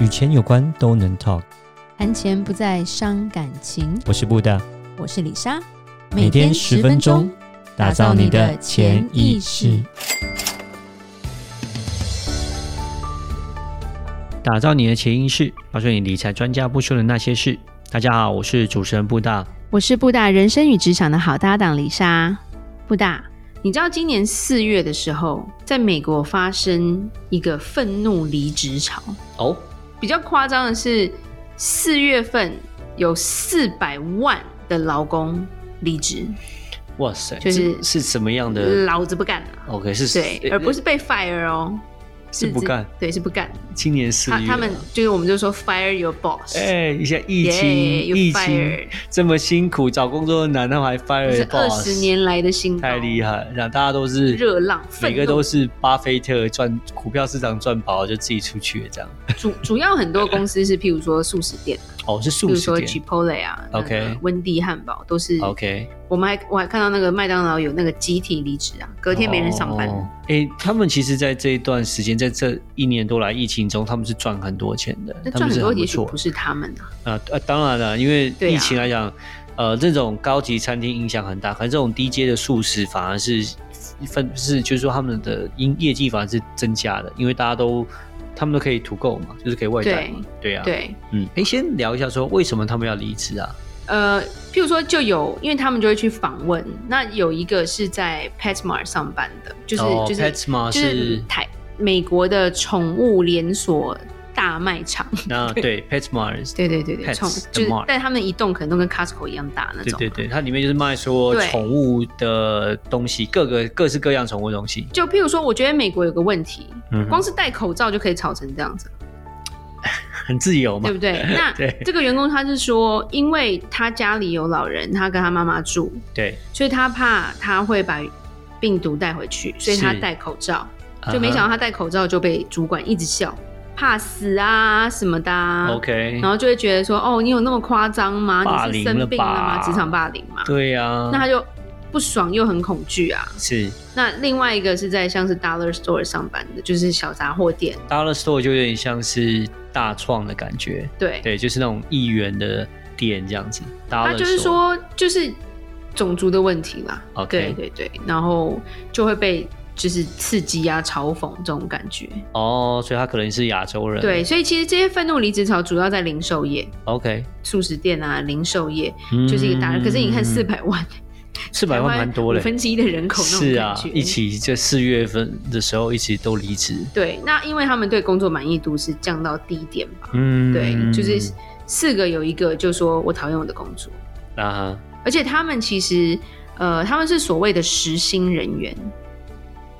与钱有关都能 talk。谈钱不再伤感情。我是布大，我是李莎，每天十分钟，打造你的潜意识，打造你的潜意识，告诉你理财专家不说的那些事。大家好，我是主持人布大。我是布大人生与职场的好搭档李莎。布大，你知道今年四月的时候，在美国发生一个愤怒离职潮。哦，比较夸张的是，四月份有四百万的劳工离职，哇塞，就是是是什么样的老子不干了。 ？OK，是对，而不是被 fire 哦，是不干，对，是不干。今年四他月，他们就是我们就说 fire your boss，哎，一下疫情， you 疫情哎 fired，这么辛苦找工作难，他们还这 fire 是 boss，二十年来的新高，太厉害了，然后大家都是热浪，每愤个怒都是巴菲特赚股票市场赚饱就自己出去了这样。主主要很多公司是，譬如说素食店，哦，是 譬素如食说店。 Chipotle 啊 OK 那个温蒂汉堡都是。 OK，我们还我还看到那个麦当劳有那个集体离职啊，隔天没人上班。哎、哦诶他们其实，在这一段时间，在这一年多来疫情中，他们是赚很多钱的那，他赚们很是多很不也许错不是他们啊，啊啊！当然了，因为对啊疫情来讲，呃，这种高级餐厅影响很大，可是这种低阶的素食反而是分是就是说他们的因业绩反而是增加的，因为大家都他们都可以土购嘛，就是可以外带嘛，对啊，，对，嗯，哎，先聊一下说为什么他们要离职啊？呃，譬如说就有，因为他们就会去访问，那有一个是在 PetSmart 上班的，就是、哦就是 PetSmart 就是台美国的宠物连锁大卖场，那对 PetSmart，对对对对， Pets 宠的就是 mart 但他们一栋可能都跟 Costco 一样大那对种，对对，它里面就是卖说对宠物的东西，各个各式各样宠物的东西。就譬如说，我觉得美国有个问题，嗯哼光是戴口罩就可以吵成这样子，很自由嘛对不，对？ 那对这个员工他是说，因为他家里有老人，他跟他妈妈住，对，所以他怕他会把病毒带回去，所以他是戴口罩。啊哈就没想到他戴口罩就被主管一直笑，怕死啊什么的、啊。 OK，然后就会觉得说，哦，你有那么夸张吗？霸你是凌生病了了吗？吧职场霸凌嘛。对啊呀，那他就不爽又很恐惧啊。是那另外一个是在像是 Dollar Store 上班的，就是小杂货店， Dollar Store 就有点像是大创的感觉，对，对，就是那种一元的店这样子。他 Dollar 就是 Store 说就是种族的问题啦。对 OK，对对，然后就会被就是刺激啊、嘲讽这种感觉。哦，所以他可能是亚洲人。对，所以其实这些愤怒离职潮主要在零售业、 ，OK，素食店啊、零售业，就是一个大人。可是你看四百万，嗯四百万蛮多嘞五，分之一的人口那种是感啊觉，，一。起在四月份的时候一起都离职，对，那因为他们对工作满意度是降到低点吧？嗯，对，就是四个有一个就说我讨厌我的工作，啊哈，而且他们其实呃他们是所谓的实薪人员。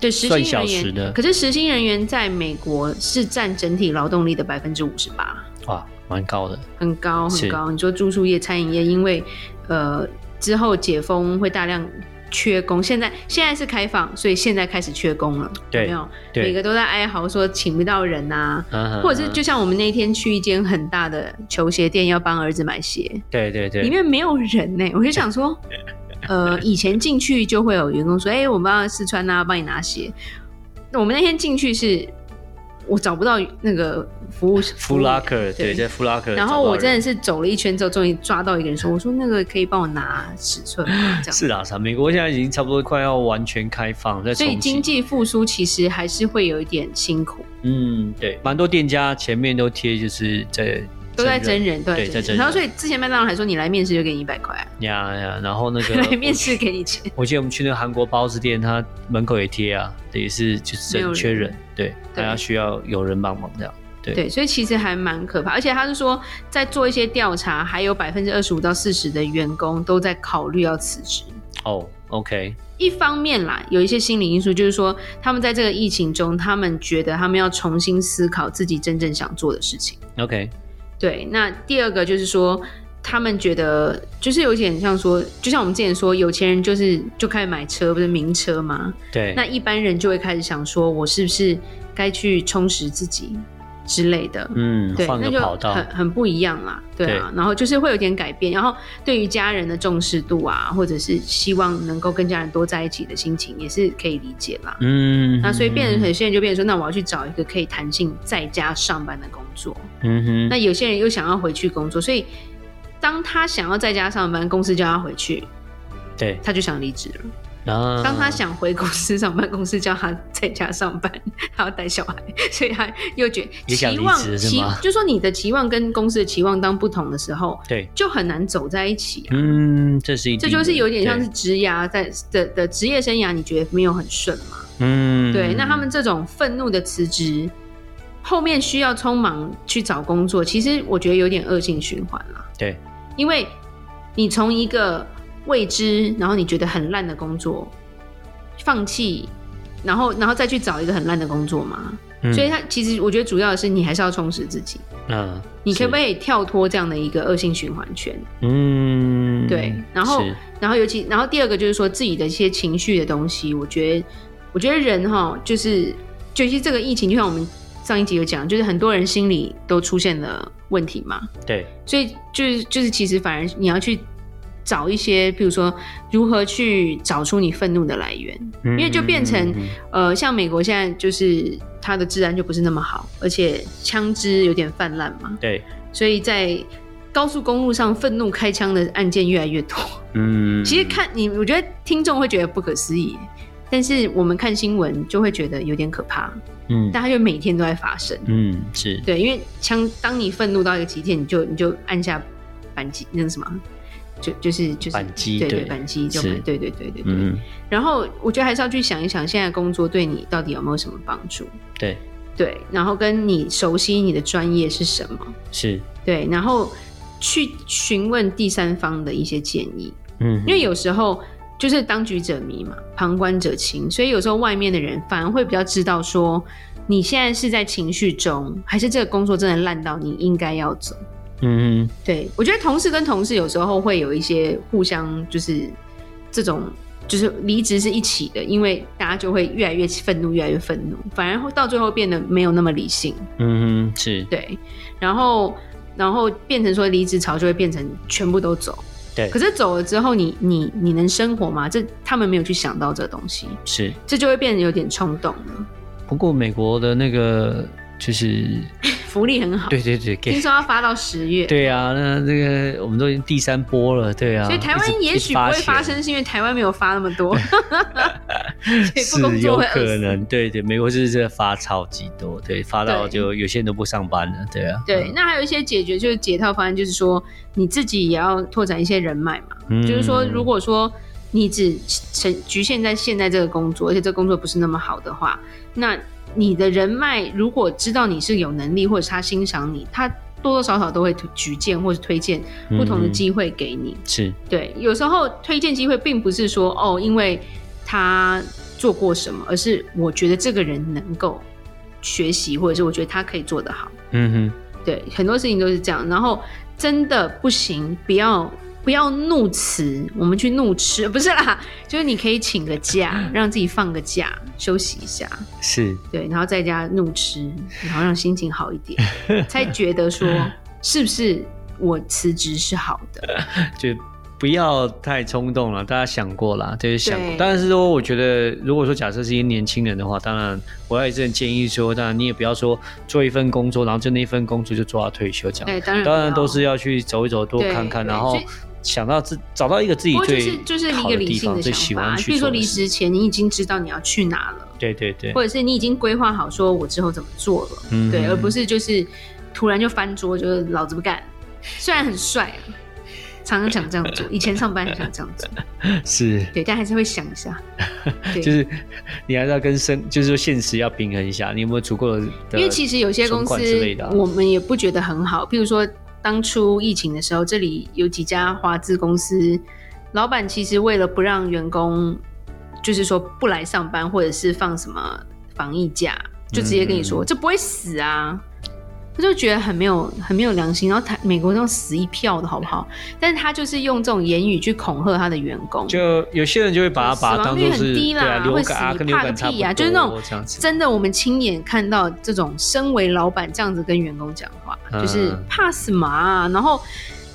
对，实薪算小人时的员，可是实薪人员在美国是占整体劳动力的百分之五十八。哇，蛮高的，很高是很高。你说住宿业、餐饮业，因为呃之后解封会大量缺工，现在现在是开放，所以现在开始缺工了，有对没有？对，每个都在哀嚎说请不到人呐、啊哈或者是就像我们那天去一间很大的球鞋店要帮儿子买鞋，对对对，里面没有人呢、我就想说， 呃，以前进去就会有员工说，哎、我们帮试穿啊，帮你拿鞋。那我们那天进去是。我找不到那个服务服务 full 员 locker 对，对在 full locker，然后我真的的是走了一圈之后，终于抓到一个人说：“我说那个可以帮我拿尺寸吗？”这样。是啦，是啊美国现在已经差不多快要完全开放，在所以重经启，济复苏其实还是会有一点辛苦，嗯，对，蛮多店家前面都贴就是在都在真人人，都在对在真真人人。然后所以之前麦当劳还说你来面试就给你一百块啊，呀呀，然后那个 来面试给你钱。啊我记得我们去那个韩国包子店，它门口也贴啊，也是就是没真有人缺人，对，大对家需要有人帮忙这样。对对，所以其实还蛮可怕。而且他是说，在做一些调查，还有百分之二十五到四十的员工都在考虑要辞职。哦，OK，一方面啦，有一些心理因素，就是说他们在这个疫情中，他们觉得他们要重新思考自己真正想做的事情。 OK，对，那第二个就是说，他们觉得就是有点像说，就像我们之前说，有钱人就是就开始买车，不是名车吗？对，那一般人就会开始想说，我是不是该去充实自己？之类的。嗯，对，换那个就跑道很，很不一样啦，对啊，对然后就是会有点改变，然后对于家人的重视度啊，或者是希望能够跟家人多在一起的心情，也是可以理解啦。嗯，那所以变成嗯有些人就变成说，那我要去找一个可以弹性在家上班的工作。嗯哼，那有些人又想要回去工作，所以当他想要在家上班，公司叫他回去，对，他就想离职了；然后当他想回公司上班，公司叫他在家上班， 他要带小孩， 所以他又觉也想期离望职是期吗就说你的期望跟公司的期望当不同的时候，对，就很难走在一起啊。嗯，这是一定这的，就是有点像对是职涯在的的职业生涯，你觉得没有很顺吗？嗯，对，那他们这种愤怒的辞职，后面需要匆忙去找工作，其实我觉得有点恶性循环啦。对，因为你从一个未知，然后你觉得很烂的工作放弃，然后然后再去找一个很烂的工作嘛。嗯所以它其实我觉得主要的是你还是要充实自己，嗯，你可不可以以跳脱这样的一个恶性循环圈？嗯对然后是然后尤其，然后第二个就是说自己的一些情绪的东西，我觉得，我觉得人哈，就是，就是这个疫情，就像我们上一集有讲，就是很多人心里都出现了问题嘛，对所以就是就是其实反而你要去找一些，比如说如何去找出你愤怒的来源，因为就变成嗯呃，像美国现在就是它的治安就不是那么好，而且枪支有点泛滥嘛，对，所以在高速公路上愤怒开枪的案件越来越多。嗯，其实看你，我觉得听众会觉得不可思议，但是我们看新闻就会觉得有点可怕，嗯但它就每天都在发生。嗯是对，因为枪，当你愤怒到一个极限，你就你就按下扳机，那个什么，就就是就是扳机对对扳机就是对对对对对。嗯然后我觉得还是要去想一想，现在工作对你到底有没有什么帮助？对对，然后跟你熟悉你的专业是什么？是对，然后去询问第三方的一些建议。嗯，因为有时候就是当局者迷嘛，旁观者清，所以有时候外面的人反而会比较知道说你现在是在情绪中，还是这个工作真的烂到你应该要走。嗯嗯对我觉得同事跟同事有时候会有一些互相就是这种。就是离职是一起的，因为大家就会越来越愤怒，越来越愤怒，反而会到最后变得没有那么理性，嗯是对，然后然后变成说离职潮就会变成全部都走，对可是走了之后你，你你能生活吗？这他们没有去想到这东西，是，这就会变得有点冲动了。不过美国的那个就是福利很好，对对对听 给。说要发到十月，对啊，那这个我们都已经第三波了，对啊，所以台一湾直也许不会发，生，是因为台湾没有发那么多，所一 以直发钱不工是作有会饿可死。能，对对，美国就是这发超级多，对，发到对就有些人都不上班了，对啊， 对，那还有一些解决就是解套方案，就是说你自己也要拓展一些人脉嘛。嗯就是说，如果说你只成局限在现在这个工作，而且这个工作不是那么好的话，那你的人脉如果知道你是有能力，或者是他欣赏你，他多多少少都会推举荐或者推荐不同的嗯机会给你。是对，有时候推荐机会并不是说哦，因为他做过什么，而是我觉得这个人能够学习，或者是我觉得他可以做得好。嗯对，很多事情都是这样。然后真的不行，不要不要怒辞，我们去怒吃，不是啦， 就是你可以请个假，嗯让自己放个假，休息一下，哼，是对，然后在家怒吃，然后让心情好 一点，才觉得说是不是我辞职是好啊的？就不要太冲动了，大家想过啦，对，想过对。但是说，我觉得如果说假设是一些年轻人的话，当然我也是很建议说，当然你也不要说做一份工作，然后就那一份工作就做到退休这样。对，当然当然都是要。要去走一走，多看看，对然所后以想到自找到一个自己不过就最是就是一好个的理地性方，的最想喜法，欢比去如说做离的事。职前你已经知道你要去哪了，对对对，或者是你已经规划好说我之后怎么做了，嗯对，而不是就是突然就翻桌，就是老子不干。虽然很帅啊，常常想这样做，以前上班很想这样做，是对，但还是会想一下，对，就是 你还是要跟生，就是说现实要平衡一下，你有没有足够的？因为其实有些公存款司之类的啊我们也不觉得很好，譬如说当初疫情的时候，这里有几家华资公司，老板其实为了不让员工就是说不来上班，或者是放什么防疫假，就直接跟你说、嗯这不会死啊。我就觉得很没有很没有良心。然后台美国那种死一票的好不好？但是他就是用这种言语去恐吓他的员工，就有些人就会把它把它死当亡率做很是低对啦，啊，流会死感啊，你跟流怕个感差不屁多、啊！就是那种这样子。真的，我们亲眼看到这种身为老板这样子跟员工讲话，嗯就是怕什么啊？然后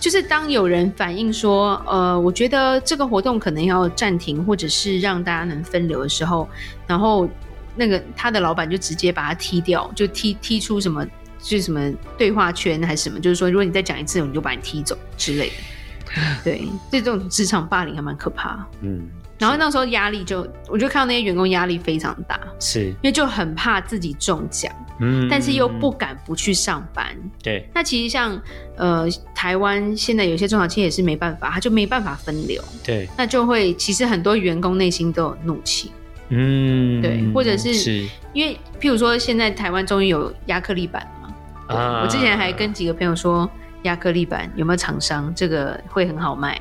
就是当有人反映说，呃，我觉得这个活动可能要暂停，或者是让大家能分流的时候，然后那个他的老板就直接把他踢掉，就踢踢出什么。就是什么对话圈还是什么，就是说，如果你再讲一次，我就把你踢走之类的。对，这种职场霸凌还蛮可怕。嗯，然后那时候压力就，我就看到那些员工压力非常大，是，因为就很怕自己中奖，嗯，但是又不敢不去上班。对，那其实像呃台湾现在有些中小企业也是没办法，他就没办法分流，对，那就会其实很多员工内心都有怒气，嗯，对或者是是因为譬如说现在台湾终于有亚克力板了嘛，对啊，我之前还跟几个朋友说。亚克力板有没有厂商？这个会很 好卖，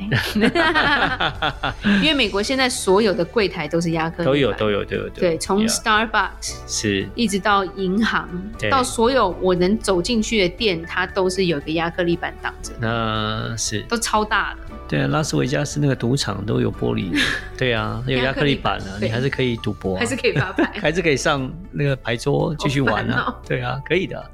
因为美国现在所有的柜台都是亚克 力板，都有都有都有都有对，从 Yeah， Starbucks 是一直到银行对，到所有我能走进去的店，它都是有一个亚克力板挡着，那是都超大的。对啊，拉斯维加斯那个赌场都有玻 璃，对啊，有亚克力板啊，对你还是可以赌博啊，还是可以发牌， 还是可以上那个牌桌继续玩好烦啊哦，对啊，可以的啊，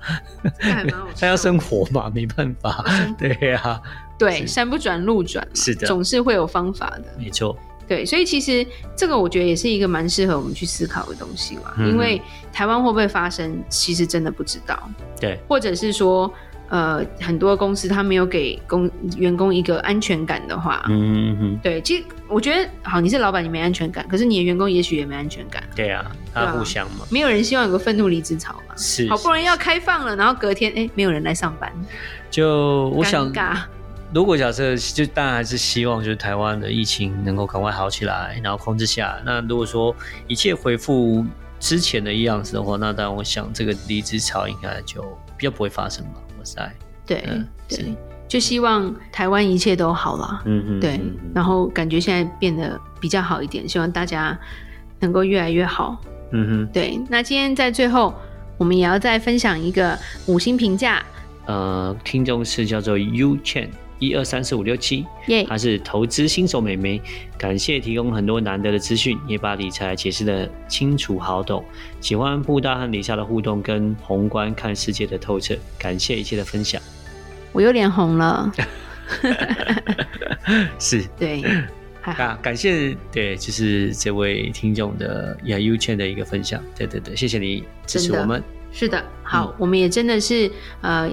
这还蛮好笑但要生活 嘛，没办法，嗯对啊，对，是山不转路转嘛，是的总是会有方法的。没错，对，所以其实这个我觉得也是一个蛮适合我们去思考的东西啦。嗯因为台湾会不会发生，其实真的不知道，对，或者是说，呃，很多公司它没有给工员工一个安全感的话，嗯哼，对，其实我觉得，好，你是老板，你没安全感，可是你的员工也许也没安全感。对啊，对他啊互相嘛，没有人希望有个愤怒离职潮嘛，是，好不容易要开放了，然后隔天哎、诶没有人来上班，就我想尴，尬，如果假设就当然还是希望就是台湾的疫情能够赶快好起来，然后控制下来。那如果说一切恢复之前的样子的话，那当然我想这个离职潮应该就比较不会发生吧。我猜，对、嗯是对，就希望台湾一切都好啦，嗯嗯对，然后感觉现在变得比较好一点，希望大家能够越来越好，嗯对，那今天在最后，我们也要再分享一个五星评价，哼，呃，听众是叫做 U Chen 一二三四五六七，耶、她是投资新手美眉，感谢提供很多难得的资讯，也把理财解释的清楚好懂。喜欢布大和李莎的互动跟宏观看世界的透彻，感谢一切的分享。我又脸 红了，是，对，还好，啊，感谢对，就是这位听众的呀 U 圈的一个分享，对对对，谢谢你支持真的我们，是的，好，嗯我们也真的是呃，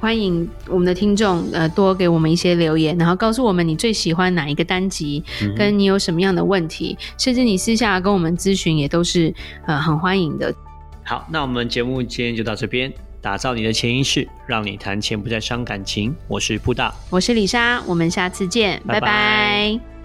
欢迎我们的听众呃多给我们一些留言，然后告诉我们你最喜欢哪一个单集，嗯哼跟你有什么样的问题，甚至你私下跟我们咨询也都是呃很欢迎的。好，那我们节目今天就到这边，打造你的潜意识，让你谈钱不再伤感情。我是布大，我是李莎，我们下次见，拜拜拜拜